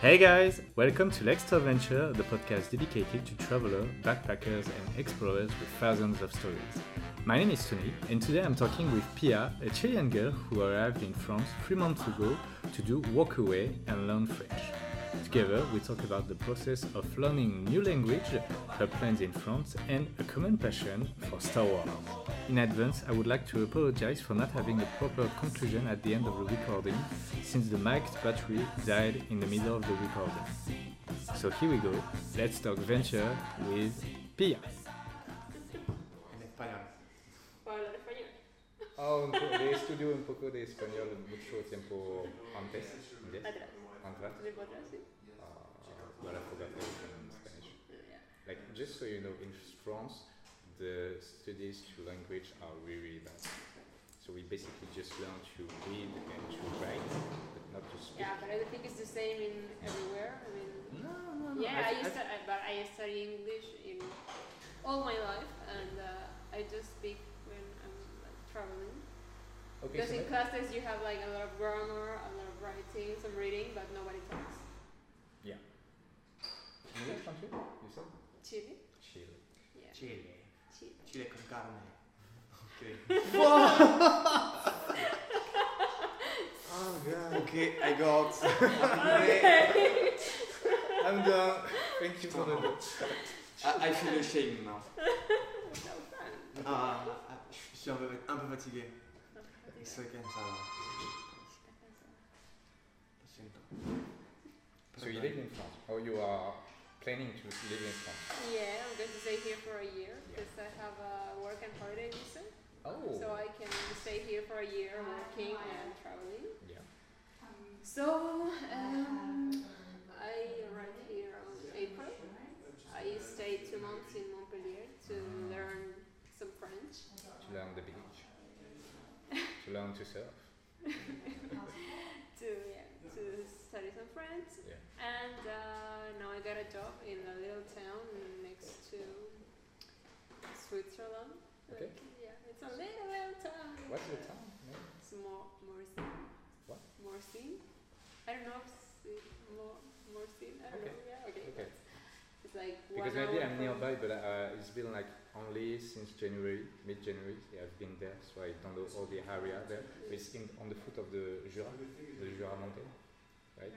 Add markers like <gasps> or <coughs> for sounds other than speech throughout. Hey guys, welcome to Lextraventure, the podcast dedicated to travelers, backpackers, and explorers with thousands of stories. My name is Tony, and today I'm talking with Pia, a Chilean girl who arrived in France three months ago to do walkaway and learn French. Together, we talk about the process of learning new language, her plans in France, and a common passion for Star Wars. In advance, I would like to apologize for not having a proper conclusion at the end of the recording, since the mic's battery died in the middle of the recording. So here we go, let's talk venture with Pia. En español. Para hablar español. Ah, un po- de estudio un poco de español mucho tiempo antes. Yes. Atrás. Atrás. ¿De para atrás? Sí. Uh, but I forgot the word in Spanish. Like, just so you know, in France, the studies to language are really bad. So we basically just learn to read and to write, but not to speak. Yeah, but I don't think it's the same in everywhere. I mean, No, no, no. yeah, I, I, I, used to, I, but I study English in all my life, and uh, I just speak when I'm like, traveling. okay, Because so in that- classes you have like a lot of grammar, a lot of writing, some reading, but nobody talks. in which country? You said? Chile? Chile. Yeah. Chile. <laughs> Chile. Chile con carne. Okay. Oh, God. Okay, I got. <laughs> I'm done. uh, Thank you for the I, I feel ashamed now. So fun. Ah, ah, je suis un peu, un peu fatigué. Ce week-end, ça va. Parce que- So you live in France, or you are planning to live in France? Yeah, I'm going to stay here for a year because I have a work and holiday visa. Oh. So I can stay here for a year working and traveling. yeah. So um, I arrived here on April. I stayed two months in Montpellier to learn some French. <laughs> To learn the beach. to learn to surf. To yeah, to study some French. Yeah. And uh, now I got a job in a little town next to Switzerland. Okay. Like, yeah, it's a little little town. What's the town? name? It's more Morsin. What? Morsin. I don't know. If it's more Morsin. I don't Okay. know. Yeah. Okay. Okay. It's like Because one maybe hour I'm from- nearby, but uh, it's been like only since January, mid-January. yeah, I've been there, so I don't know all the area there. It's in, on the foot of the Jura, the Jura mountain, right?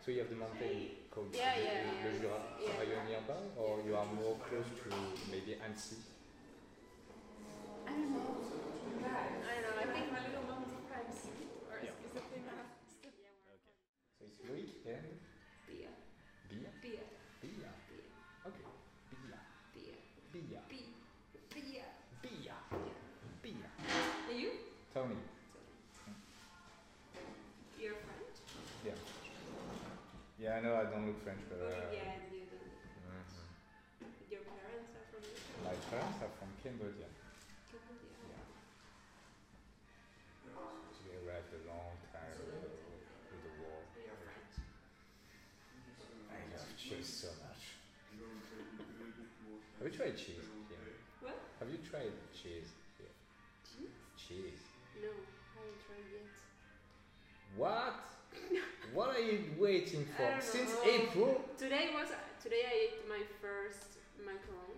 So you have the mountain called Yeah, the, yeah, the yeah. Jura. So Yeah. are you nearby, or you are more close to maybe Annecy? I don't know. I don't know. I think my little mom sometimes or Yeah. specifically my husband. So it's weekend. Beer. Beer? Beer. Beer. Beer. Okay. Beer. Beer. Beer. Beer. Beer. Beer. Beer. And you? Tony. Hmm. You're French? Yeah. Yeah, I know I don't look French, but. Uh, Oh, yeah, and you don't. mhm. Your parents are from Israel. My parents are from Cambodia. Cambodia. Yeah. They arrived a long time ago with the war. You're French. I love cheese so much. Have you tried cheese? Yeah. What? Have you tried cheese? Yeah. Cheese? Cheese. No, I haven't tried yet. What? what are you waiting I for? don't Since know. April? Today was today I ate my first macaron.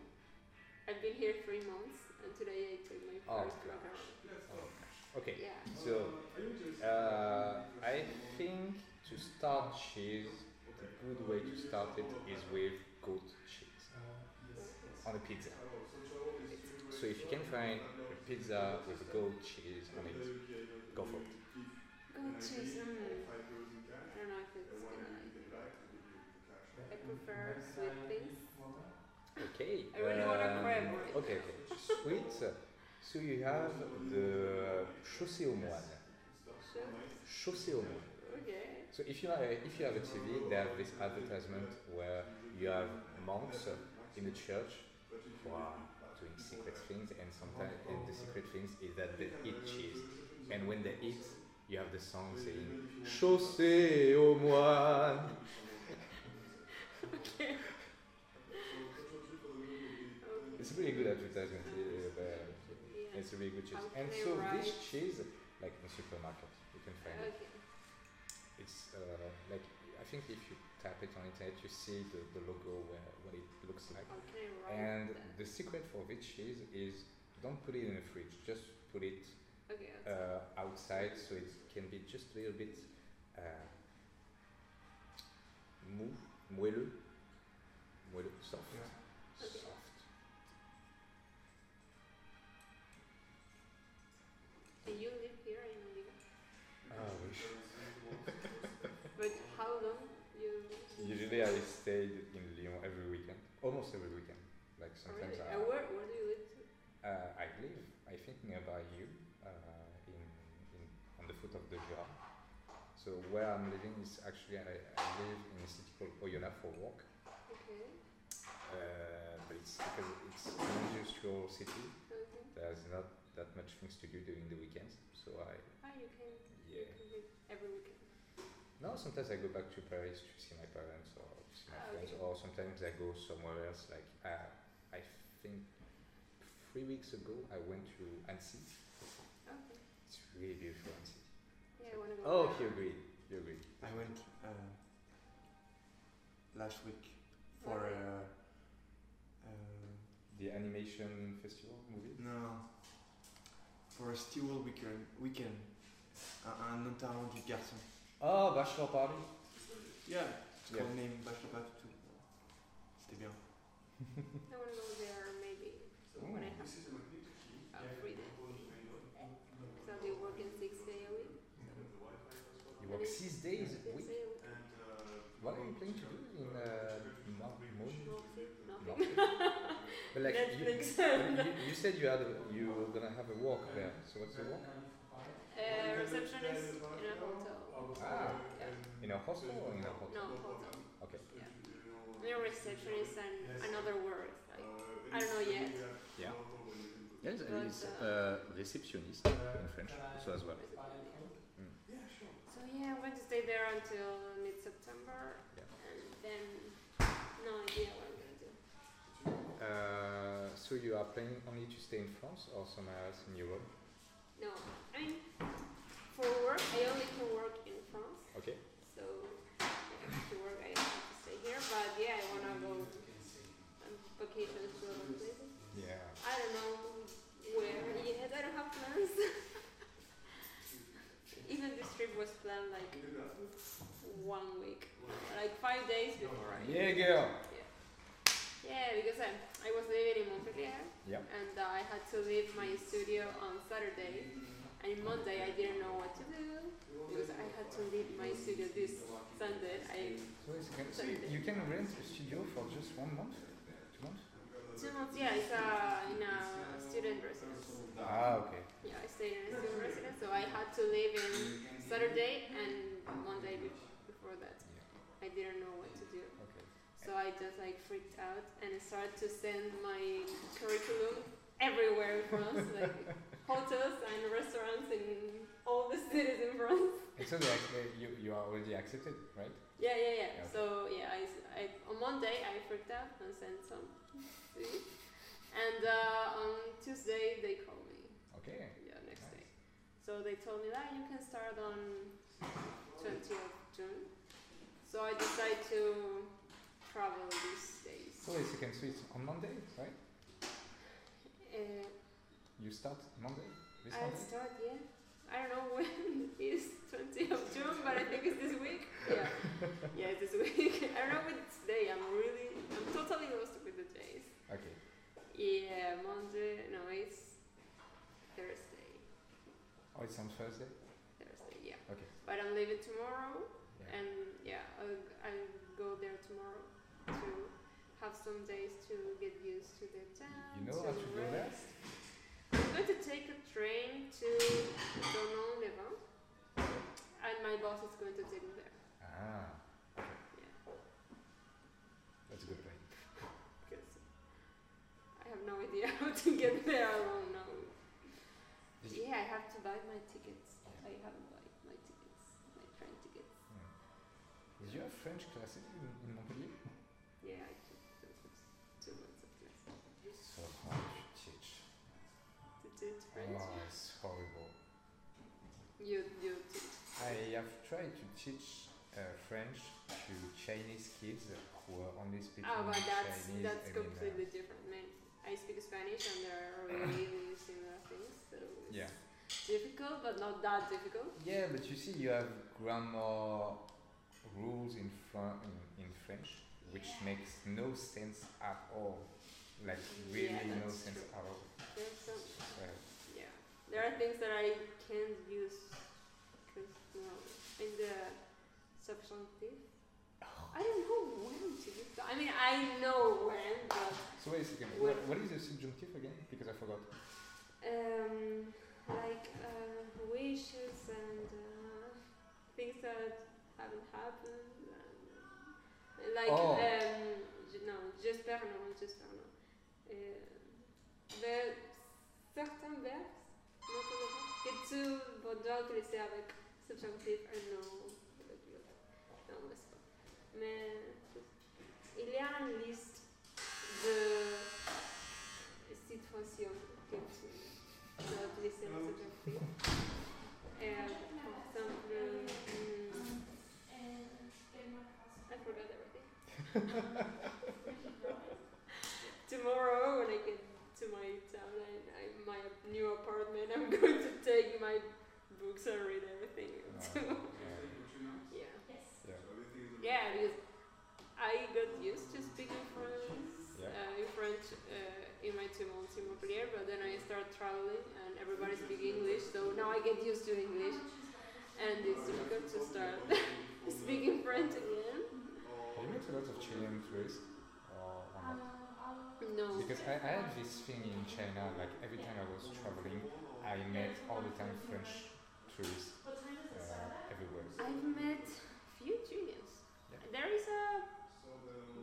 I've been here three months, and today I ate my Oh, first gosh. macaron. Okay. Yeah. So, uh, I think to start cheese, the good way to start it is with goat cheese on a pizza. So if you can find a pizza with goat cheese on it, go for it. Goat cheese. Mm. I don't know if it's gonna like it. I prefer sweet things. Okay. I really wanna um, grab one. Okay, okay. Sweet. So you have the chaussée au moine. Sure. Chaussée au moine. Okay. So if you are, if you have a TV, they have this advertisement where you have monks in the church who are doing secret things, and sometimes and the secret things is that they eat cheese, and when they eat, you have the song saying "Chaussée au moine." It's a really good advertisement. uh, but Yeah. It's a really good cheese, How and can I so this write? cheese, like in supermarket, you can find it. Okay. It's uh, like I think if you type it on internet, you see the, the logo, where, what it looks like. Okay, right. And the secret for Vic cheese is don't put it in the fridge, just put it okay, outside. uh, outside so it can be just a little bit uh, mou, moelleux, moelleux, soft. Okay. Soft. And you live here in Lyon, Ah, Oh, oui. but how long you live? Usually I stayed in Lyon every weekend, almost every weekend. Like sometimes Really? I, Uh, where, where do you live? To? Uh, I live, I think, nearby you, uh, in, in on the foot of the Jura. So where I'm living is actually I, I live in a city called Oyonnax for work, Okay. uh, but it's because it's an industrial city. Okay. There's not that much things to do during the weekends. So I Ah, you can. You yeah. can live every weekend. Now sometimes I go back to Paris to see my parents or to see my Ah, friends, okay. or sometimes I go somewhere else. Like uh, I think three weeks ago I went to Annecy. Okay. It's really beautiful Annecy. Yeah, I wanna go. Oh, there. you agree. You agree. I went uh, last week for Okay. uh, uh, The animation festival movie. no for a steel weekend weekend un, un talent du garçon. Ah, bachelor party. Yeah, Oh, it's Yeah. called name Bachelor Party tout. C'était bien. I wanna go there maybe when I have uh, free day. So I'll be working six day a week. You work six days Six a week. day a week. What are you planning to do in uh, Mar- Mon- Nothing. Nothing. Nothing. But like you, Netflix. you, you said you had a, you were gonna have a walk there. So what's the walk? Uh, receptionist in a hotel. Ah, Yeah. in a hostel or in a hotel? No, hotel. Okay. They're receptionists and another word. Like, I don't know yet. Yeah. Yes, But, it's uh, uh, receptionist in French. So as well. So yeah, I'm going to stay there until mid-September, Yeah. and then no idea what I'm gonna do. Uh, so you are planning only to stay in France or somewhere else in Europe? No, I mean, for work, I only can work in France, Okay. so yeah, to work I have to stay here. But yeah, I wanna go on vacation to other places. Yeah. I don't know where yet. I don't have plans. <laughs> Even this trip was planned like one week, like five days before. I- Yeah, girl. Yeah, because I, I was living in Montpellier Yeah. and uh, I had to leave my studio on Saturday. And Monday I didn't know what to do because I had to leave my studio this Sunday. I So, it's kind so you- you can rent a studio for just one month, two months. two months. Yeah, it's uh, in a student residence. Ah, okay. Yeah, I stayed in a student residence, so I had to leave in Saturday and Monday be- before that Yeah. I didn't know what to do. Okay. So I just like freaked out and I started to send my curriculum everywhere in France, like <laughs> hotels and restaurants in all the cities in France. And so they actually, you you are already accepted, right? Yeah, yeah, yeah. Yeah. So yeah, I, s- I- on Monday I freaked out and sent some, CV. and uh, on Tuesday they called me. Okay. Yeah, next Nice. day. So they told me that you can start on 20th of June. So I decided to travel these days. So it's second, so it's on Monday, right? Uh, You start Monday. This I'll Monday. start, yeah. I don't know <laughs> when is 20th of June, but I think it's this week. Yeah, yeah, it's this week. <laughs> I don't know which day. I'm really, I'm totally lost with the days. Okay. Yeah, Monday. No, it's Thursday. Oh, it's on Thursday. Thursday, yeah. Okay. But I'm leaving tomorrow, Yeah. and yeah, I'll, I'll go there tomorrow to have some days to get used to the town. You know how to do that? rest. I'm going to take a train to Donon-les-Bains, and my boss is going to take me there. Ah. Okay. Yeah. That's a good plan. Because I have no idea <laughs> how to get there alone now. Did you- Yeah, I have to buy my tickets. I haven't bought my tickets, my train tickets. Hmm. Did you have French classes in, in Montpellier? Yeah, I took those was two months of class So hard to teach. to teach French. Oh, it's horrible. You you teach. I have tried to teach uh, uh, French to Chinese kids who are only speaking Oh, but that's Chinese. that's I mean, uh, completely different. I, mean, I speak Spanish and there are really <coughs> similar things, so it's yeah. difficult, but not that difficult. Yeah, but you see, you have grammar rules in, Fran- in, in French, which makes no sense at all. Like, really Yeah, no that's sense true. at all. There's some, Uh, yeah, there are things that I can't use because you know, in the substantive, I don't know when to use. that. I mean, I know when, but so, wait a second, Well- what, what is the subjunctive again? Because I forgot. um, like uh, wishes and uh, things that haven't happened. And, like, Oh. um, j- no, j'espère, non, j'espère, non. Uh, the certains verbes, non, non, non, que tu voudras utiliser avec subjonctif et non avec l'autre. Non, mais c'est pas. Mais il y a une liste de situations que tu dois utiliser en subjonctif. Et euh, par exemple, hmm, I forgot everything. <laughs> Tomorrow, when I get to my town and I, my new apartment, I'm <laughs> going to take my books and read everything. Uh, too. uh, <laughs> yeah. yeah. Yeah, because I got used to speaking French, Yeah. uh, in French uh, in my two months in Montpellier, but then I started traveling and everybody speaks English, so now I get used to English, and it's difficult to start <laughs> speaking French again. Have you met a lot of Chilean tourists? Or, or not? No. Because I, I had this thing in China, like every time I was traveling, I met all the time French tourists uh, everywhere. I've met few Chileans. Yeah. There is a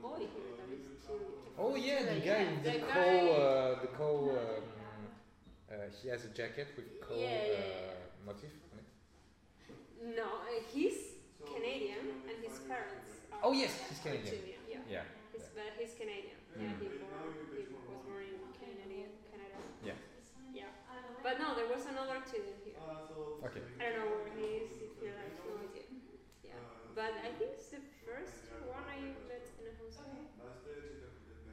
boy here that is Chilean. Oh yeah, the Chile, guy, yeah, with the the coal, guy- uh, the coal. Um, uh, he has a jacket with coal Yeah, yeah, Uh, motif on it. No, uh, he's Canadian and his parents are Oh, yes, he's Canadian. Chilean, yeah. Yeah, He's, but he's Canadian. Yeah, he, born, he was born in Canada, Canada. Yeah. Yeah. But no, there was another Chilean here. okay. I don't know where he is, if he likes no idea. Yeah. But I think it's the first one I met in a hospital.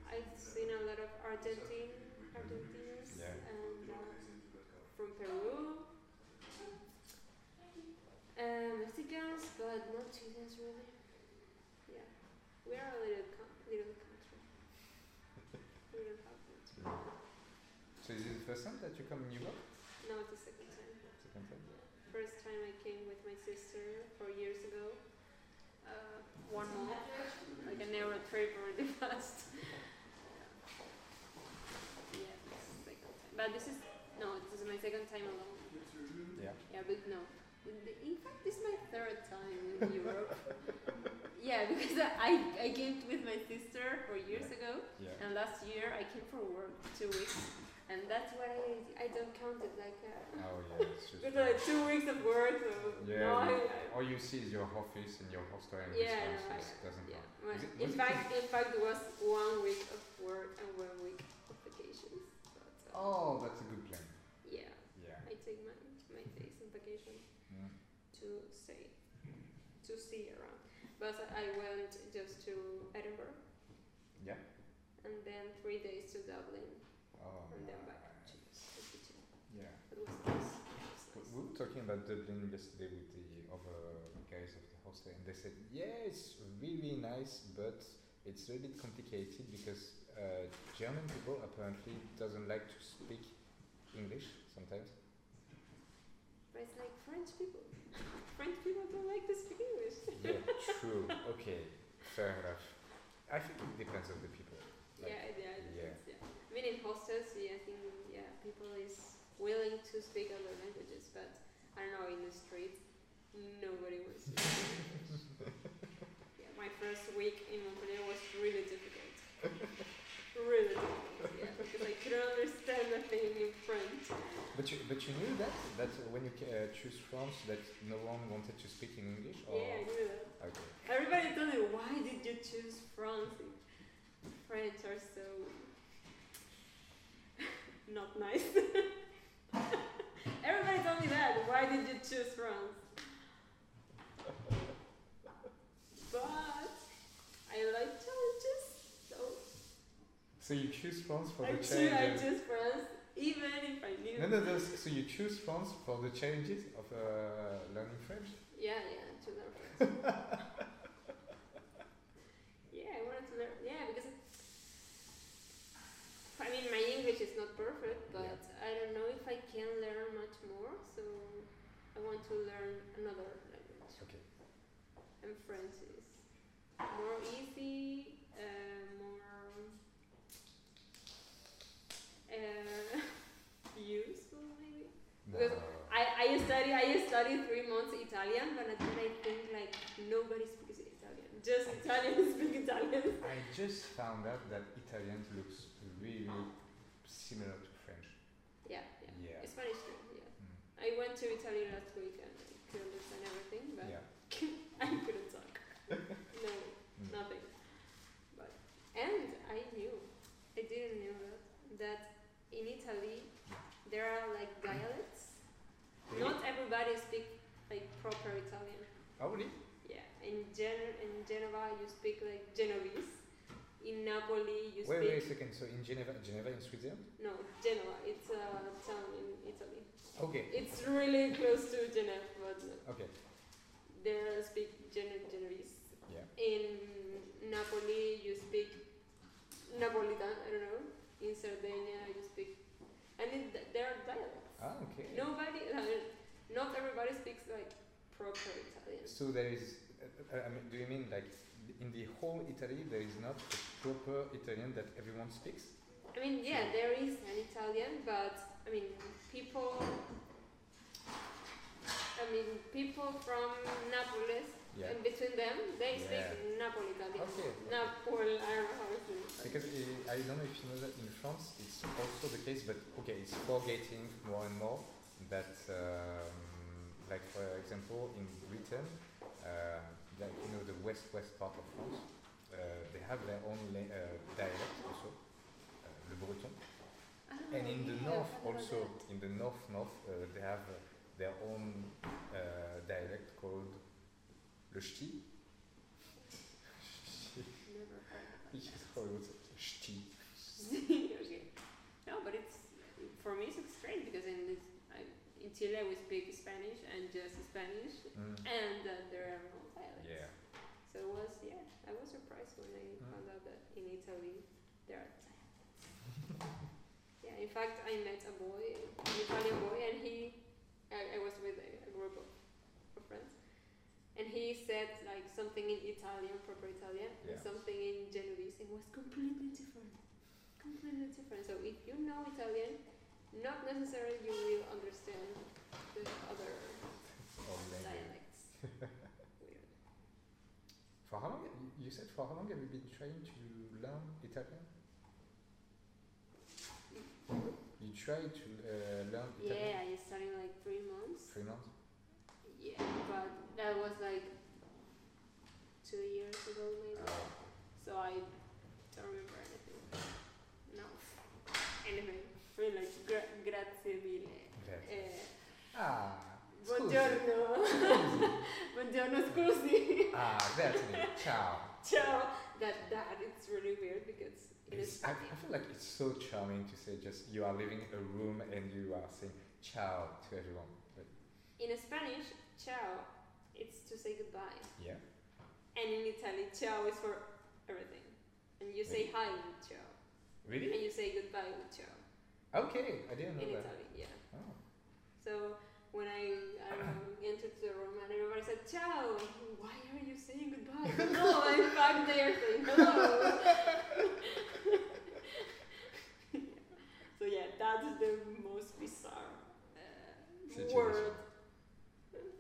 I've seen a lot of Argentine, Argentines Yeah. and uh, from Peru. Uh, Mexicans, but not Chileans really. Yeah. We are a little, co- little country. we don't have much. So is it the first time that you come in Europe? No, it's the second time. Second time. First time I came with my sister four years ago. Uh, one month. Like an hour trip <laughs> really fast. yeah, it's the second time. But this is no, this is my second time alone. Yeah. Yeah, but no. In fact, this is my third time in Europe. yeah, because I, I came with my sister four years ago, Yeah. and last year I came for work two weeks, and that's why I, I don't count it like a, Oh yeah, <laughs> it's just. it's like two weeks of work. So Yeah. no, I, I, All you see is your office and your hostel and Yeah, this no, house. I- It doesn't yeah. count. my- Was it- in was it fact, in fact, it was one week of work and one week of vacations. But, uh, Oh, that's a good plan. Yeah, Yeah. I take my my days on vacation. Mm. to say to see around. But I went just to Edinburgh Yeah. and then three days to Dublin Oh. and then back nice. to Sweden. Yeah. It was nice. It We we was nice. were talking about Dublin yesterday with the other guys of the hostel, and they said, "Yeah, it's really nice, but it's a bit complicated because uh, German people apparently doesn't like to speak English sometimes." <laughs> But it's like French people. <laughs> French people don't like to speak English. yeah, true. Okay, fair enough. I think it depends on the people. Like, yeah, yeah, yeah. yeah. I mean, in hostels, yeah, I think yeah, people is willing to speak other languages, but I don't know in the street, nobody was. yeah, my first week in Montpellier was really difficult. really difficult, yeah, because I couldn't understand a thing in French. Oh. But you, but you knew that that when you ca- uh, choose France, that no one wanted to speak in English. Or Yeah, I knew that. okay. Everybody told me, why did you choose France? French are so <laughs> not nice. <laughs> Everybody told me that. Why did you choose France? So you choose France for I the choose, I changes. choose France, even if I knew. No, no, no. So you choose France for the changes of uh, learning French. Yeah, yeah, to learn French. yeah, I wanted to learn. Yeah, because I mean, my English is not perfect, but I don't know if I can learn much more. So I want to learn another language. Okay. And French is more easy, uh, more uh, <laughs> useful, maybe. Because I, I study I studied three months Italian, but then I think like nobody speaks Italian. <laughs> Just Italians speak Italian. I just found out that Italian looks really similar to French. Yeah, yeah. Yeah. Spanish too. Yeah. Mm. I went to Italy last week and I could understand everything, but Yeah. <laughs> I couldn't <laughs> talk. no, Mm. nothing. But and I knew, I didn't know that, that in Italy there are like dialects. Really? Not everybody speak like proper Italian. Oh, really? Yeah, in Gen- in Genova you speak like Genovese. In Napoli you Wait, wait a speak second. So in Geneva, Geneva in Switzerland? no Genoa. It's a town in Italy. Okay. It's really close to Geneva, but no. Okay. they speak Gen- Genovese. Yeah. In Napoli you speak Napolitan. I don't know. In Sardinia you speak, and it, th- there are dialects. Ah, okay. Nobody, <laughs> not everybody speaks like proper Italian. So there is. Uh, uh, I mean, do you mean like in the whole Italy there is not a proper Italian that everyone speaks? I mean, yeah, there is an Italian, but I mean, people. I mean, people from Naples, Yeah. and between them, they speak Yeah. Napoli Italian. Okay. Napoli, I don't know how it's in Because eh, I, I don't know if you know that in France it's also the case, but okay, it's forgetting more and more that, um, like for example, in Britain, uh, like you know the west-west part of France, uh, they have their own la- uh, dialect also, uh, le breton, Ah, and in the yeah, north I know also, that. in the north-north, uh, they have uh, their own uh, dialect called le ch'ti. <laughs> Never heard of Which is called ch'ti. that. <laughs> Okay. no, but it's for me it's strange because in this, I, in Chile we speak Spanish and just Spanish, Mm. and uh, there are no dialects. Yeah. So it was, yeah, I was surprised when I Mm. found out that in Italy there are <laughs> dialects. yeah, in fact, I met a boy, an Italian boy, and he, I, I was with a, a group of, of friends, and he said like something in Italian, proper Italian, and Yeah. something in Genovese. It was completely different, completely different. So if you know Italian, not necessarily you will understand the other Or maybe- dialects. Weird. For how long? You said for how long have you been trying to learn Italian? You tried to uh, learn Italian Yeah, I started like three months. three months. Yeah, but that was like two years ago maybe. Oh. So I don't remember anything. No. Anyway, feel like gra- grazie mille. Okay. Eh, Ah, scusi. buongiorno. <laughs> buongiorno, scusi. <laughs> ah, that's me. Ciao. Ciao. That that it's really weird because it is It's, I, I feel like it's so charming to say just you are leaving a room and you are saying ciao to everyone. But in Spanish, ciao, it's to say goodbye. yeah. And in Italy, ciao is for everything. And you say hi with ciao. Really? And you say goodbye with ciao. Okay, I didn't In know that. Italy, yeah. Oh. So when I, I don't know, entered the room and everybody said, ciao, why are you saying goodbye? <laughs> no, I'm back there saying hello. <laughs> so yeah, that's the most bizarre uh, Situation. word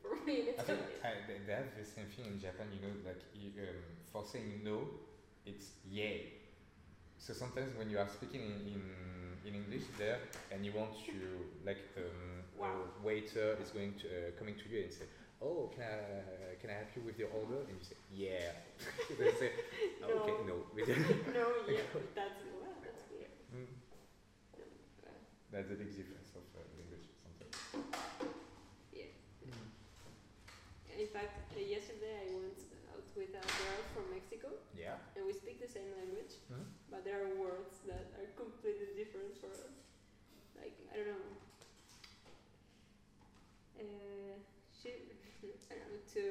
for me in I think Italy. <laughs> I, they, they have the same thing in Japan, you know, like you, um, for saying no, it's yay. So sometimes when you are speaking in, in, in English there and you want to, like, um, Wow. a waiter is going to, uh, coming to you and say, Oh, can I, can I help you with your order? And you say, Yeah. <laughs> they say, "Oh, Okay, <laughs> no. no, yeah, that's, well, that's weird. Mm, Uh, That's the big difference of uh, language sometimes. Mm. Yeah. In fact, uh, yesterday I went out with a girl from Mexico Yeah. and we speak the same language, Mhm. but know, there are words that are completely different for, like, I don't know. Uh, she, <laughs> I don't know, to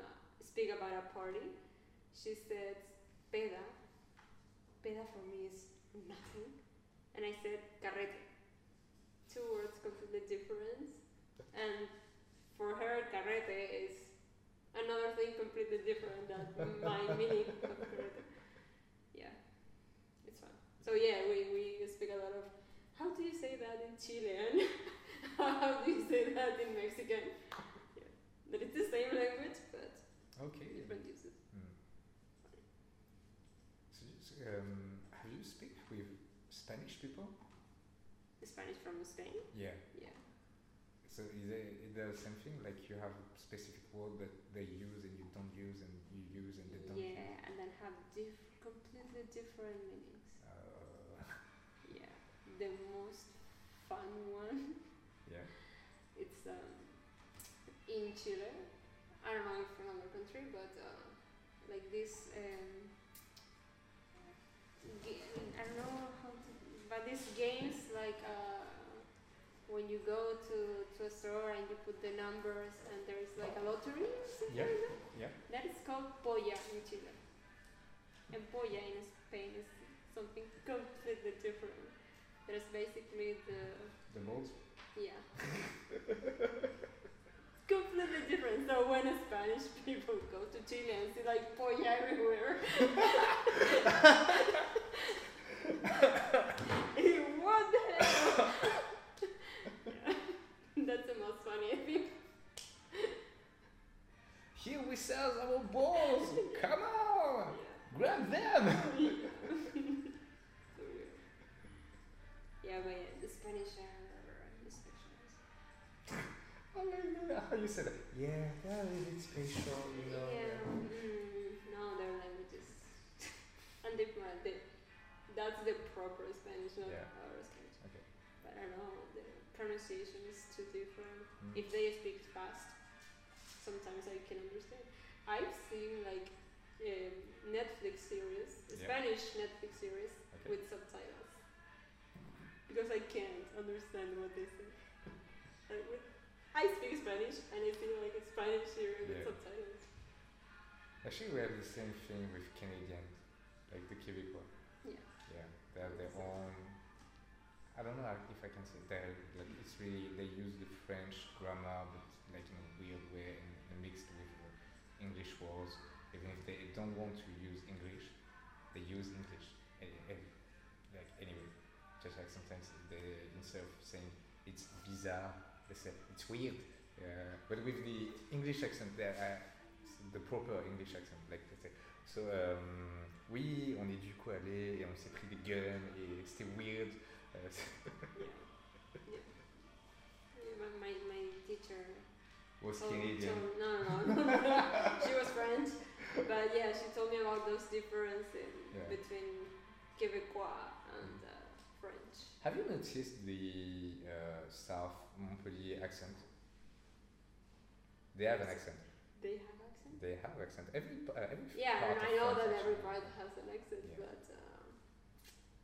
no, speak about a party, she said, peda. Peda for me is nothing. And I said, carrete. Two words completely different. And for her, carrete is another thing completely different than my meaning of carrete. Yeah, it's fun. So yeah, we, we speak a lot of how do you say that in Chilean? <laughs> how do you say that in Mexican? Yeah. But it's the same language, but Okay. different uses. Mm. So, so, um, have you speak with Spanish people? Spanish from Spain? Yeah. Yeah. So is there, is there something like you have a specific word that they use and you don't use and you use and they don't use? Yeah, and then have diff- completely different meanings. Uh, <laughs> Yeah. The most fun one yeah. it's um, in Chile. I don't know if in another country, but uh, like this. Um, ga- I don't know how to, but these games like uh, when you go to, to a store and you put the numbers and there's like a lottery or something Yeah, like that. yeah. That is called polla in Chile, and polla in Spain is something completely different. That is basically the The mold. yeah. Completely different. So when Spanish people go to Chile and see like polla everywhere, <laughs> what the hell? yeah. <laughs> That's the most funny I think. Here we sell our balls. Come on, Yeah. <laughs> grab them. So weird. yeah, but yeah, the Spanish are special. Oh my God, How <laughs> you said that? Yeah, they're a little bit special, you know. Yeah, they're- mm, no, their language is <laughs> and they, well, they, that's the proper Spanish, not Yeah. our Spanish. Okay. But I don't know, the pronunciation is too different. Mm. If they speak fast, sometimes I can understand. I've seen like um, Netflix series, Yeah. Spanish Netflix series Okay. with subtitles because I can't understand what they say. Like, with- I speak Spanish and I feel like a Spanish series with Yeah. subtitles. Actually, we have the same thing with Canadians, like the Quebecois. Yeah. Yeah, they have their own. I don't know if I can say that. Like, it's really they use the French grammar, but like in a weird way and, and mixed with the English words. Even if they don't want to use English, they use English. And, like anyway, just like sometimes they instead of saying it's bizarre, they say it's weird. Yeah, but with the English accent, there, uh, the proper English accent, like they say. So, euh, oui, on est du coup allé et on s'est pris des guns et c'était weird. Euh, Yeah, but my, my teacher was told, Canadian. told- no, no, no, <laughs> she was French, but yeah, she told me about those differences Yeah. between Quebecois and uh, French. Have you noticed the uh, South Montpellier accent? They have an accent. They have accents. They have accent. Every, p- uh, every Yeah, part and of I know France that actually. every part has an accent, Yeah. but um,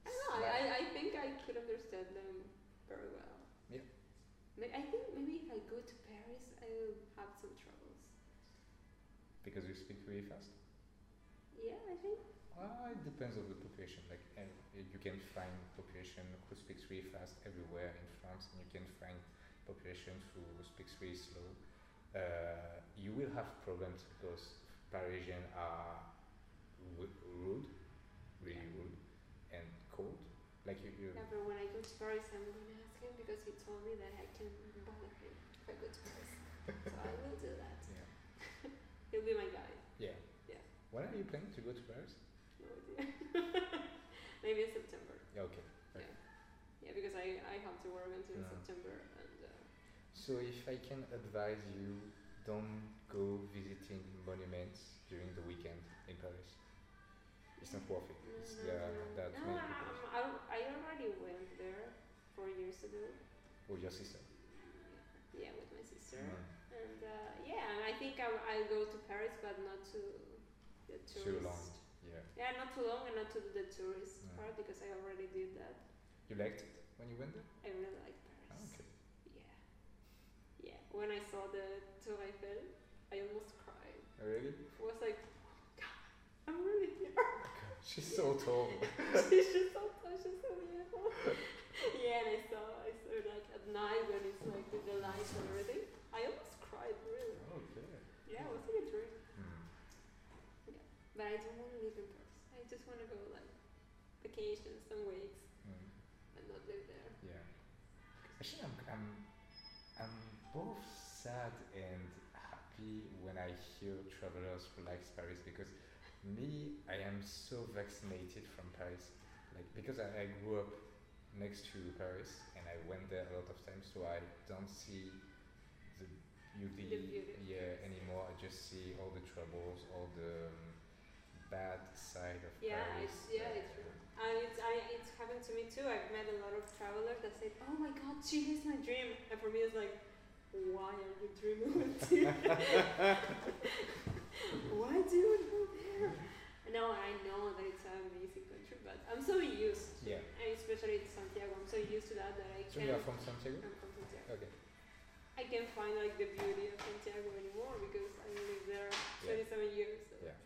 I don't know. I, I, I think I could understand them very well. Yeah. May- I think maybe if I go to Paris, I will have some troubles. Because you speak really fast. Yeah, I think. Uh, it depends on the population. Like and you can find population who speaks really fast everywhere in France, and you can find population who speaks really slow. Uh, you will have problems because Parisians are ru- rude, really rude, and cold. Like you, you Yeah, but when I go to Paris, I'm gonna ask him because he told me that I can bother him if I go to Paris. so I will do that. yeah. He'll be my guy. yeah, Yeah. When are you planning to go to Paris? No idea. <laughs> Maybe in September. Yeah, okay. Yeah, because I, I have to work until Yeah. September and uh, So if I can advise you, don't go visiting monuments during the weekend in Paris. It's not worth it. It's Mm, no, there, no, there are too Mm-hmm. no, many I, people. I, I already went there four years ago. Or Oh, your sister. Yeah, with my sister. Mm. And uh, yeah, and I think I, I'll go to Paris, but not to the Too long. tourist Yeah. Yeah, not too long and not to do the tourist Yeah. part because I already did that. You liked it when you went there? I really like Paris. Ah, okay. Yeah. Yeah. When I saw the Tour Eiffel, I almost cried. Oh, <laughs> Really? <laughs> I was like, God, I'm really here. <laughs> She's so tall. she's just so tall, she's so beautiful. <laughs> yeah, and I saw, I saw like at night when it's like with the lights and everything. I almost cried, really. okay. Yeah, it was like a dream. Hmm. But I don't want to live in Paris. I just want to go like vacation some weeks Hmm. and not live there. Yeah. Actually, I'm, I'm, I'm both sad and happy when I hear travelers who likes Paris because me, I am so vaccinated from Paris. Like because I, I grew up next to Paris and I went there a lot of times, so I don't see the beauty, The beauty of yeah anymore. I just see all the troubles, all the um, bad side of Yeah, Paris. it's- yeah, it's true. And it's, I, it's happened to me too. I've met a lot of travelers that say, "Oh my God, Chile is my dream," and for me, it's like, "Why are you dreaming of Chile? <laughs> Why do you want to go there?" No, I know that it's an amazing country, but I'm so used, Yeah. and especially in Santiago, I'm so used to that that I So you can't. are from Santiago? I'm from Santiago. Okay. I can't find like the beauty of Santiago anymore because I lived there 27 years. So. Yeah.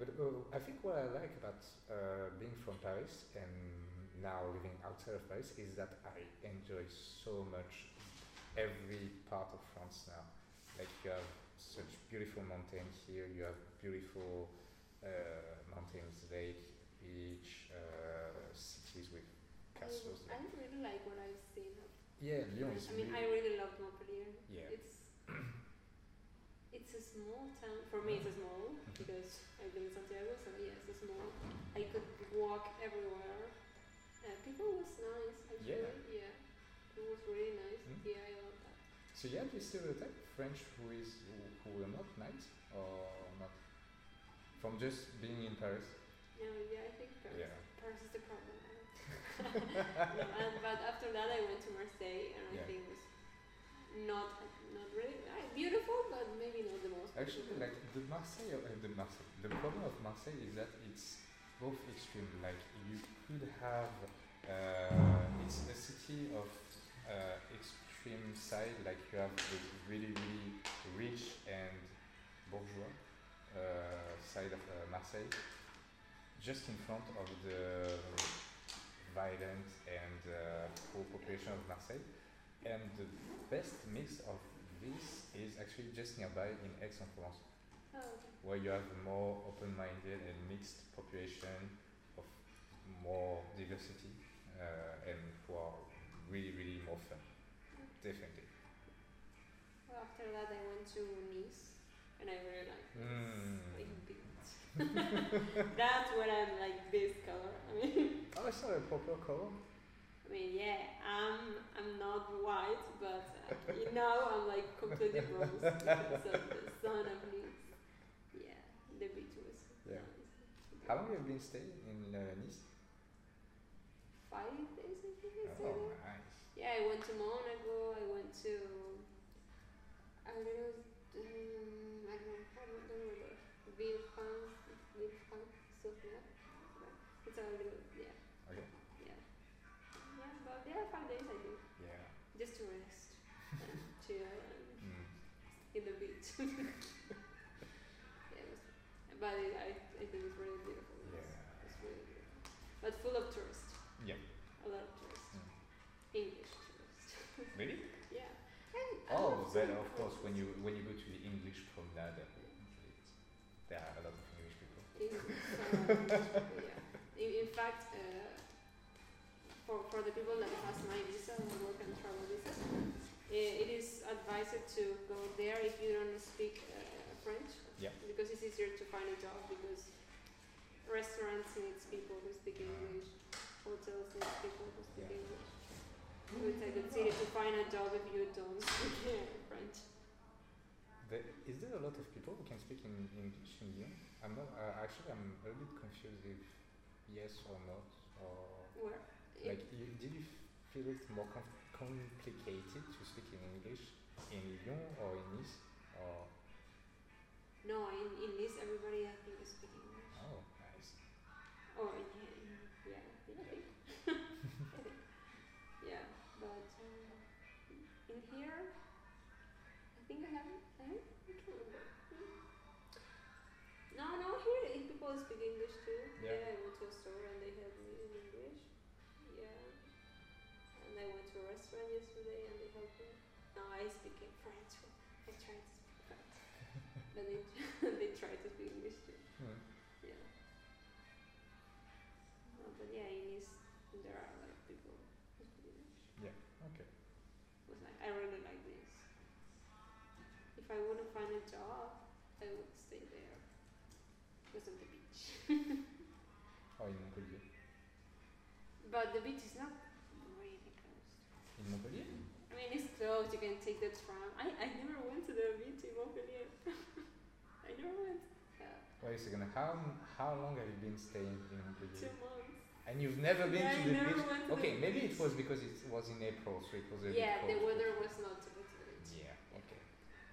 But uh, I think what I like about uh, being from Paris and now living outside of Paris is that I enjoy so much every part of France now. Like you have such beautiful mountains here, you have beautiful uh, mountains, lake, beach, uh, cities with castles. Mm, I really like what I've seen of Yeah, Lyon is I mean, I really- really love Montpellier. Yeah. It's it's a small town for me. It's a small Uh-huh. because I live in Santiago, so yeah, it's a small. I could walk everywhere. Uh, people was nice actually. Yeah. It was really nice. Mm. Yeah, I love that. So yeah, do you stereotype French who is who, who are not nice or not from just being in Paris? No, yeah, I think Paris. Yeah. Paris is the <laughs> problem. I don't- no, and, but after that, I went to Marseille, and Yeah. I think it was not not really uh, beautiful, but maybe not the most. Actually, beautiful. like the Marseille, uh, the Marseille, the problem of Marseille is that it's both extreme. Like you could have, uh, it's a city of uh, extreme side. Like you have the really, really rich and bourgeois uh, side of uh, Marseille, just in front of the violent and uh, poor population of Marseille, and the best mix of this is actually just nearby in Aix-en-Provence, Oh, okay. where you have a more open-minded and mixed population of more diversity uh, and who are really, really more fun. Definitely. Well, after that, I went to Nice, and I really like Mm. Nice. Like beach. <laughs> That's when I'm like this color. I mean, <laughs> Oh, it's not a proper color. I mean, yeah, I'm I'm not white, but uh, you know, I'm like completely bronze because of the sun of Nice. Yeah, the beach was Yeah. nice. How long have you been staying in uh, Nice? Five days, I think I stayed Oh, there. nice. Yeah, I went to Monaco. I went to a little, um, I don't know, I don't remember. Villefranche, Villefranche-sur-Mer. It's a little, yeah, Okay. yeah, yeah. But there are five days, I think, Yeah. just to rest, and <laughs> chill, and Mm. in the beach. <laughs> yeah, it was, but it, I, I think it's really beautiful. It's, Yeah. it's really beautiful, but full of tourists. Yeah. A lot of tourists. Mm. English tourists. Really? Yeah. And I Oh, love well, seeing of course, when places. you when you go to the English promenade, it's- there are a lot of English people. English, uh, yeah. In, in fact, uh, for, for the people that has my visa, my work and travel visa, uh, it is advised to go there if you don't speak uh, French. Yeah. Because it's easier to find a job because restaurants needs people who speak English, hotels needs people who speak Yeah. English. So it's a good city to find a job if you don't speak uh, French. The, is there a lot of people who can speak in English in Lyon? I'm not. Uh, actually, I'm a little bit confused if yes or not. Or Where? in- like, you, did you feel it more com- complicated to speak in English in Lyon or in Nice? Or No, in, in this everybody I think is speaking English. oh, Oh, <laughs> uh, in here. I think I have it. I have it? I can't remember. Hmm. No, no, here i- people speak English too. Yeah. I went to a store and they had me in English. Yeah. And I went to a restaurant yesterday and they helped me. Now I speak in French. I tried to speak French. but they, <laughs> they tried to speak English too. Hmm. Yeah. No, but yeah, in East there are like people who speak English. Okay. Was like, I really like this. If I wouldn't find a job, I would stay there. Because of the beach. Oh, in Montpellier. but the beach is not really close. In Montpellier? I mean, it's close. You can take the tram. I, I never went to the beach in Montpellier. <laughs> I never went. Yeah, Wait a second. How how long have you been staying in Montpellier? two months. And you've never been to Yeah, I the never beach? went to the Okay, maybe it beach. was because it was in April, so it was a yeah, bit the cold. weather was not to go to the beach. Yeah. Okay.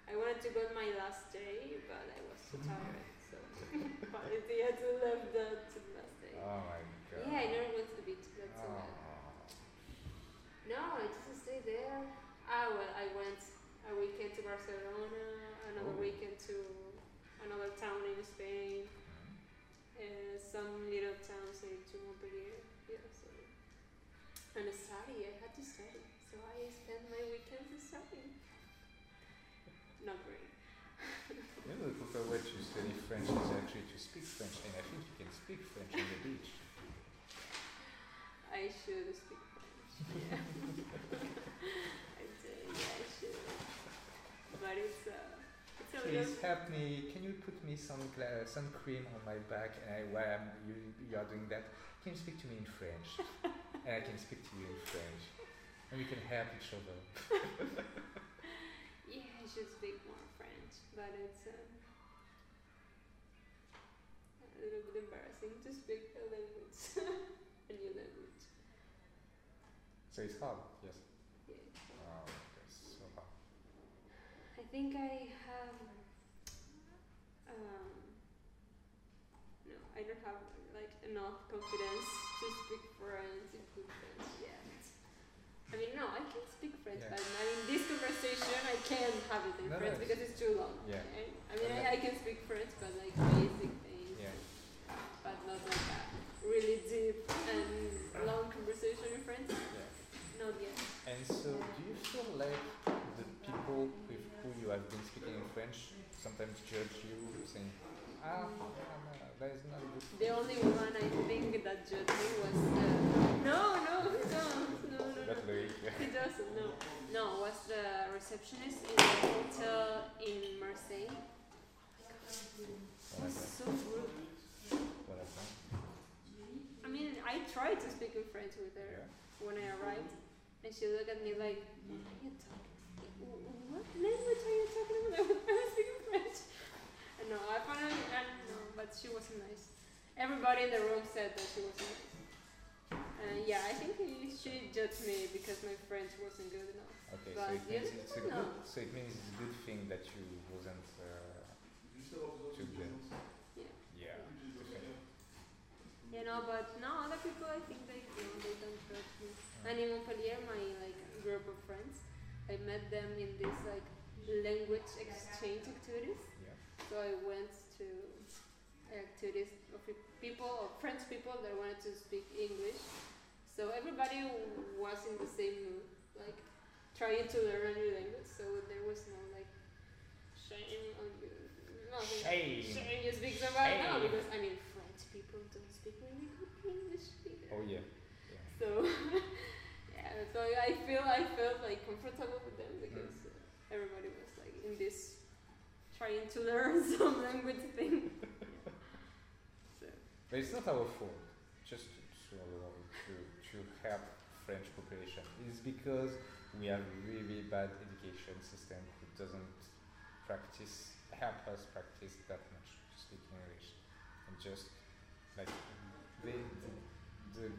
I wanted to go on my last day, but I was too Mm-hmm. tired. So, <laughs> but they had to leave the to the last day. Oh my god. yeah, I never went to the beach. That's too bad. Oh. No, I just stay there. Ah, well, I went a weekend to Barcelona, another Oh. weekend to another town in Spain, uh, some little towns in to Montpellier. Yeah, so. And I study, I had to study. So I spent my weekends studying. Not great. You know, the proper way to study French is actually to speak French, and I think you can speak French on the beach. I should speak French. <laughs> Yeah. I do, yeah, I should. But it's a, it's a little Please help me. Can you put me some gla- some cream on my back? And I, while I'm, you you are doing that, can you speak to me in French? and I can speak to you in French, and we can help each other. Yeah, I should speak more French, but it's um, a little bit embarrassing to speak a language, <laughs> a new language. So it's hard. Yes. Yeah. Oh, okay. So hard. I think I have. Um, no, I don't have like enough confidence to speak French in good French yet. I mean, no, I can speak French, Yeah. but I mean, this conversation I can't have it in No, no, it's- French because it's too long. Yeah. Okay? I mean, And I, I can speak French, but like basic things, Yeah. but not like a really deep and long conversation in French. Yeah. Not yet. And so, do you feel like the people with who you have been speaking in French sometimes judge you, saying, "Ah, no, no, that is not good." The only one I think that judged me was the no, no, he don't, no, no, That's no, very yeah. he doesn't, no, no, was the receptionist in the hotel in Marseille. What He's happened? so rude. What happened? I mean, I tried to speak in French with her Yeah. when I arrived, and she looked at me like, "What are you talking? wh- What language are you talking about? <laughs> I was speaking French." And no, I found out, and no, but she wasn't nice. Everybody in the room said that she wasn't nice. And yeah, I think he- she judged me because my French wasn't good enough. Okay, But so it the means other it's a one, good. no. So it means it's a good thing that you wasn't uh, too good. Yeah. Yeah. You know, but no, other people I think they you know, they don't judge me. And in Montpellier, my like group of friends, I met them in this like language exchange activities. Yeah. So I went to activities of pe- people, of French people that wanted to speak English. So everybody was in the same mood, like trying to learn a new language. So there was no like shame on you. Nothing. Shame. Shame you speak somebody now Shame. because I mean French people don't speak really good English either. Oh yeah. So <laughs> yeah, so I feel I felt like comfortable with them because uh, everybody was like in this trying to learn <laughs> some language thing. Yeah. So But it's not our fault. Just to to to help French population. It's because we have really bad education system who doesn't practice help us practice that much to speak English, and just like they, the, the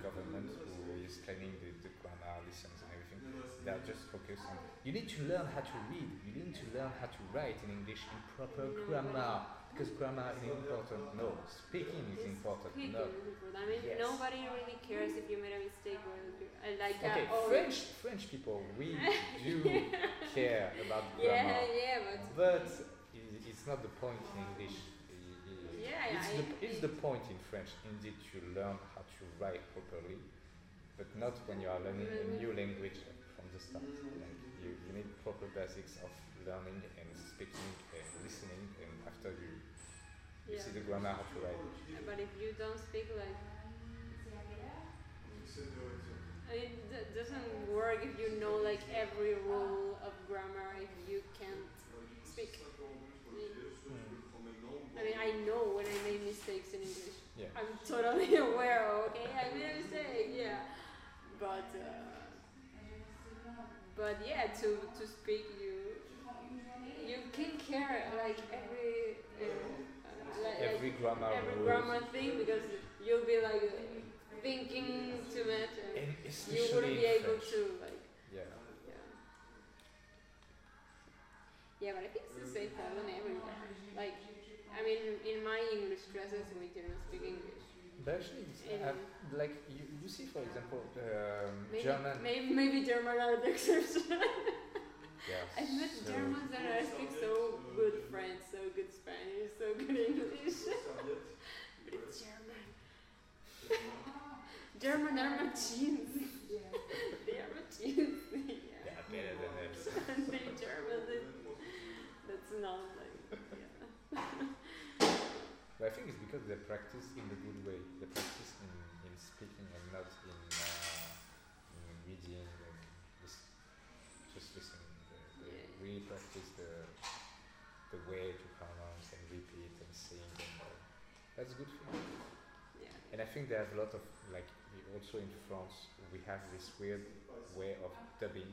government who is planning the, the grammar lessons and everything, they are just focused on you need to learn how to read, you need to learn how to write in English in proper No, but- grammar. Because grammar is important. No, speaking is important. Speaking No. is important. I mean, Yes. nobody really cares if you made a mistake or if you- uh, like Okay, uh, or <laughs> French French people, we do care about grammar, Yeah, yeah, but but i- it's not the point in English. I- i- Yeah, it's I the, it's the point in French. Indeed, you learn how to write properly, but not when you are learning a new language from the start. Like you, you need proper basics of learning and speaking and listening, and after you, you yeah. see the grammar how to write. But if you don't speak like, I mean, it doesn't work if you know like every rule of grammar if you can't speak. Hmm. I mean, <laughs> I know <laughs> when I made mistakes in English. Yeah. I'm totally <laughs> aware. Okay, I made a mistake. Yeah, but uh, but yeah, to to speak you you can care like every uh, uh, like, like Every grammar every rules. grammar thing because you'll be like thinking too much and And you especially wouldn't in be able French. to like Yeah. yeah. Yeah, but I think it's the same problem everywhere. Like, I mean, in my English classes, we didn't speak English. But actually, it's, In- uh, like you, you see, for example, um, Maybe, German. Maybe, maybe German are the exception. Yeah, I met so- Germans and I speak so good French, so good Spanish, so good English. but it's German. German are machines. they are machines. They <laughs> yeah. are better than us. they German. That's, that's not like. Yeah. But I think it's because they practice in the good way. They practice in, in speaking and not in, uh, in reading and just, just listening. They, they Yeah. really practice the the way to pronounce and repeat and sing. And, uh, that's a good thing. yeah. And I think they have a lot of like we- also in France we have this weird way of dubbing,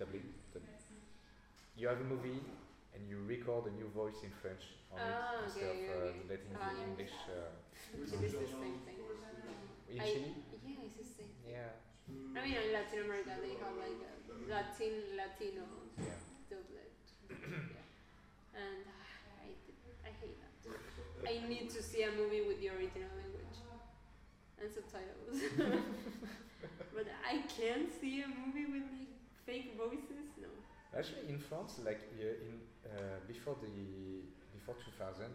dubbing. dubbing. You have a movie and you record a new voice in French on Ah, it okay, instead of uh, okay. letting Ah, the yeah. English. Uh, Which is the same thing. in I- Chile, Yeah, it's the same. yeah, I mean, in Latin America, they have like a Latin Latino yeah. doublet. yeah. And ah, I hate it. I hate that. I need to see a movie with the original language and subtitles. <laughs> but I can't see a movie with like fake voices. No. Actually, in France, like yeah, in uh, before the before 2000,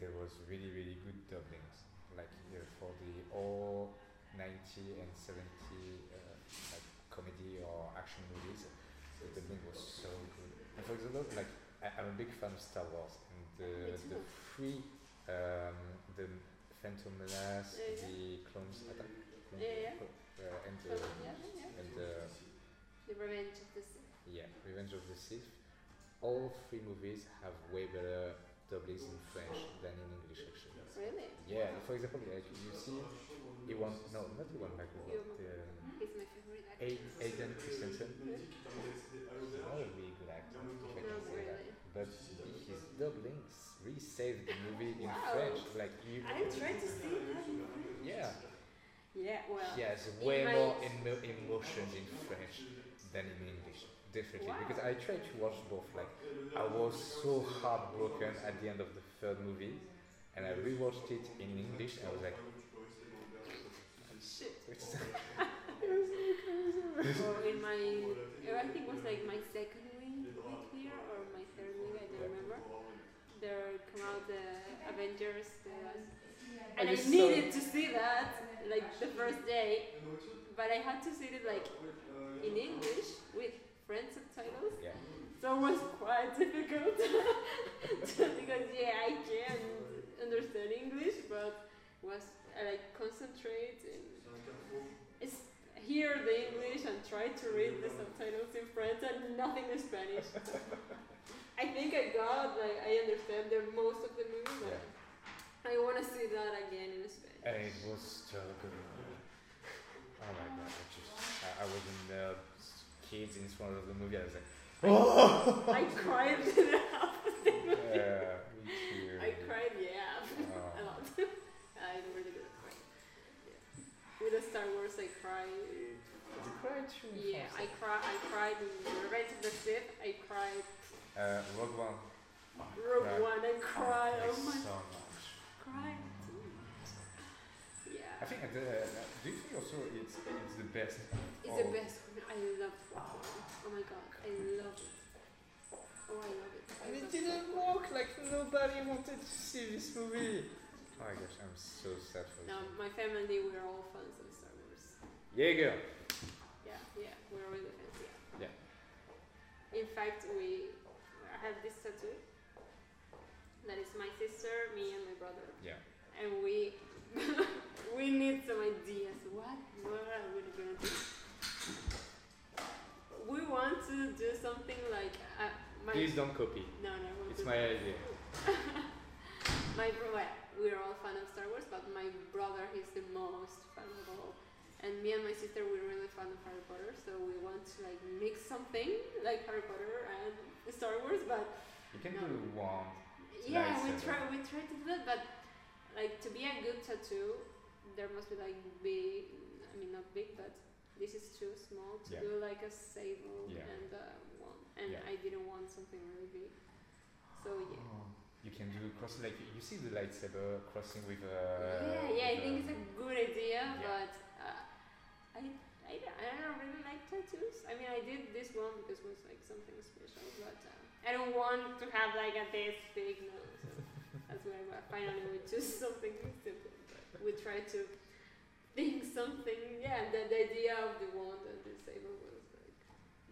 there was really really good dubbings, like uh, for the all 90 and 70 uh, like comedy or action movies. The dubbing was so good. And for example, like I, I'm a big fan of Star Wars and the Me the too. three um, the Phantom Menace, Yeah, yeah. the Clones Attack, Yeah, Uh, and the, But yeah, yeah. and uh, the The Revenge of the Sith. yeah, Revenge of the Sith. All three movies have way better doublings in French than in English, actually. Really? Yeah, for example, like you see, Ewan, no, not Ewan McGregor, the He's my favorite actor. A- Aiden Christensen. He's not a really good actor, if I No, can say that. really. But his doublings really saved the movie in Wow. French. Like you, I'm trying to see that. yeah, Yeah, well. he has In way my- more emo- emotions in French than in English. Definitely, Wow. because I tried to watch both. Like I was so heartbroken at the end of the third movie, and I rewatched it in English. And I was <laughs> like, <laughs> Shit. it's or in my, or I think it was like my second week week here or my third week, I don't remember. There come out the Avengers, the, and I you saw needed to see that like the first day, but I had to see it like in English with French subtitles. yeah, So it was quite difficult <laughs> because yeah, I can understand English, but was I like concentrate and it's hear the English and try to read the subtitles in French and nothing in Spanish. I think I got like I understand the most of the movie, but I want to see that again in Spanish. and it was so good. Oh my god, I just, I, I was in the kids in front of the movie. I was like, <laughs> oh, I cried <laughs> half of the movie. yeah, me too. I cried, yeah. <laughs> Oh. a lot. I'm really good at crying. Yeah. With the Star Wars, I cry. Did you cry too in Yeah, France? I cry. I cried in Revenge of the Sith. I cried. Uh, Rogue One. cried. Rwanda cry. Oh so my much. cry. I Yeah. think at the, do you think also it's it's the best? It's the best one. I love football. Oh my god. I love it. Oh, I love it. I love football. work. Like nobody wanted to see this movie. Oh my gosh, I'm so sad for No, you. my family, we're all fans of Star Wars. Jaeger. Yeah, yeah, we're really fans, yeah. Yeah. In fact, we I have this tattoo that is my sister, me, and my brother. Yeah. And we <laughs> we need some ideas. What what are we gonna do? We want to do something like uh, my Please don't copy. no no. we It's do- my idea. <laughs> my bro- well, we're all fan of Star Wars, but my brother he's the most fan of all. And me and my sister we're really fan of Harry Potter, so we want to like mix something like Harry Potter and Star Wars, but You can No. do one. yeah, Nice, we Heather. try we try to do that, but like to be a good tattoo, there must be like big. I mean, not big, but this is too small to Yeah. do like a sable Yeah. and uh, one. And Yeah. I didn't want something really big, so yeah. Oh. You can do cross like you see the lightsaber crossing with uh, a. yeah, yeah, I with think it's a good idea, yeah. but uh, I, I, don't- I don't really like tattoos. I mean, I did this one because it was like something special, but uh, I don't want to have like a this big no. <laughs> So that's why I finally we choose <laughs> something simple. But we try to think something. Yeah, the, the idea of the wand and the saber was like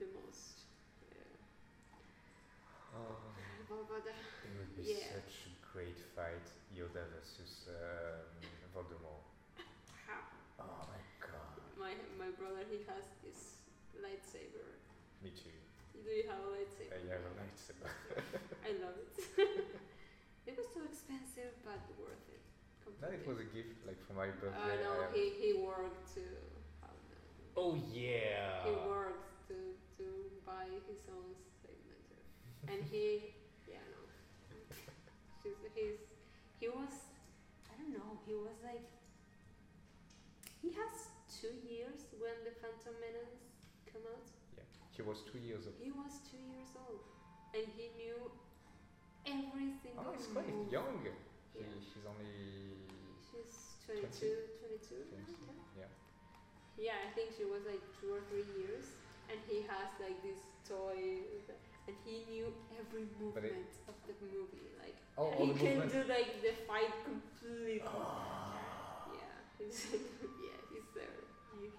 the most. Yeah. Oh, What about that? it would be Yeah. such a great fight, Yoda versus um, Voldemort. How? Oh my god. My my brother he has this lightsaber. Me too. Do you have a lightsaber? I have a lightsaber. <laughs> I love it. it was so expensive, but worth it. No, it was a gift like for my Oh birthday. no, I have- he he worked to have that. Oh yeah. he worked to to buy his own statement, and he <laughs> yeah no, She's, he's he was I don't know he was like he has two years when the Phantom Menace come out. He was two years old. He was two years old, and he knew every single. Oh, he's quite move. young. He, Yeah. He's only. She's 22, 20? 22 now, Yeah. yeah. Yeah, I think she was like two or three years, and he has like this toy, and he knew every But it- movement of the movie. Like Oh, all he the can movements. Oh. do like the fight completely. Yeah, he's <laughs> yeah, he's a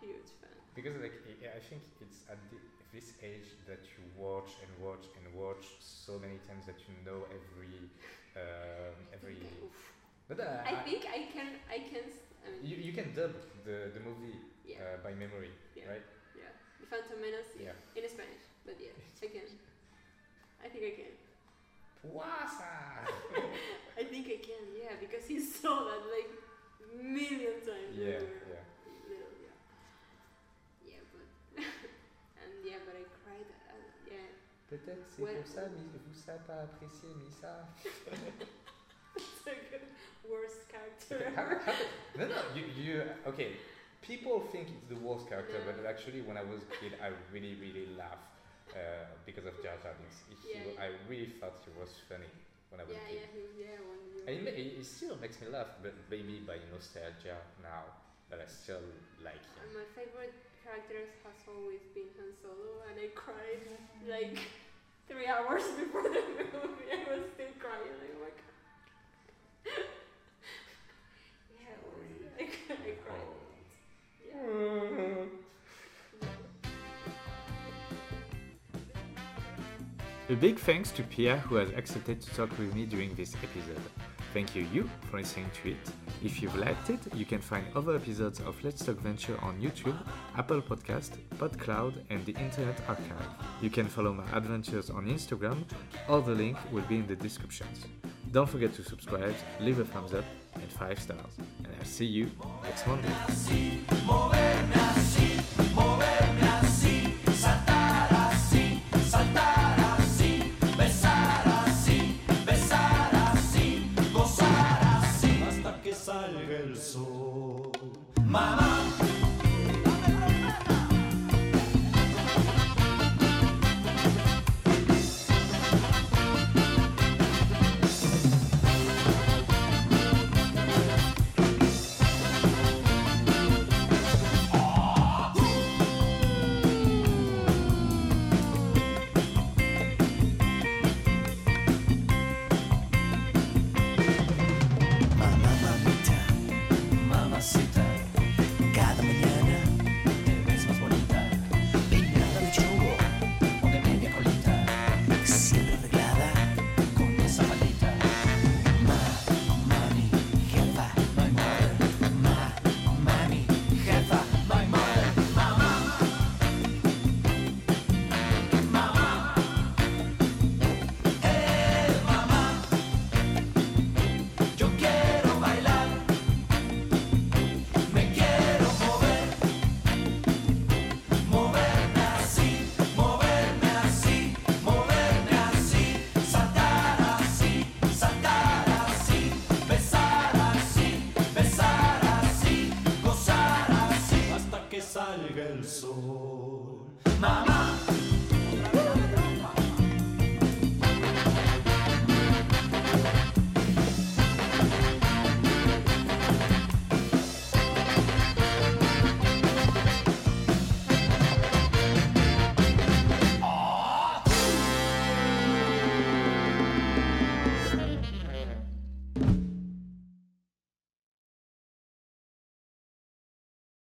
huge fan. <gasps> Because like I- I think it's at the, this age that you watch and watch and watch so many times that you know every um, every. I think, oof. But uh, I think I can I can s- I mean you, you can dub the the movie yeah uh, by memory, yeah right? yeah the Phantom Menace Yeah. in Spanish, but yeah I can. I think I can. Puasa. <laughs> I think I can, yeah, because he saw that like million times. when yeah, we were yeah. Little, yeah. Yeah, but <laughs> and yeah, but I cried. Uh, yeah, <laughs> Peut-être c'est Ouais. pour ça, mais vous ça pas apprécié, mais ça. it's a good worst <laughs> character. no, no, you, you okay. People think it's the worst character, No. but actually, when I was a kid, I really, really laughed uh, because of Jar Jar Binks. He- Yeah, yeah. I really thought he was funny when I was yeah, a kid. yeah, he- yeah. When you And it, ma- it, it still makes me laugh, but maybe by nostalgia now, but I still like and him. my favorite character has always been Han Solo, and I cried like three hours <laughs> before the movie. I was still crying. Like, oh my god. <laughs> yeah, it was, like, <laughs> I Oh. cried. a lot. Yeah. A big thanks to Pia who has accepted to talk with me during this episode. Thank you, you, for listening to it. If you've liked it, you can find other episodes of Let's Talk Venture on YouTube, Apple Podcast, PodCloud, and the Internet Archive. You can follow my adventures on Instagram. All the link will be in the descriptions. Don't forget to subscribe, leave a thumbs up, and five stars. And I'll see you next Monday. hasta que salga el sol. Mamá. el sol. Mamá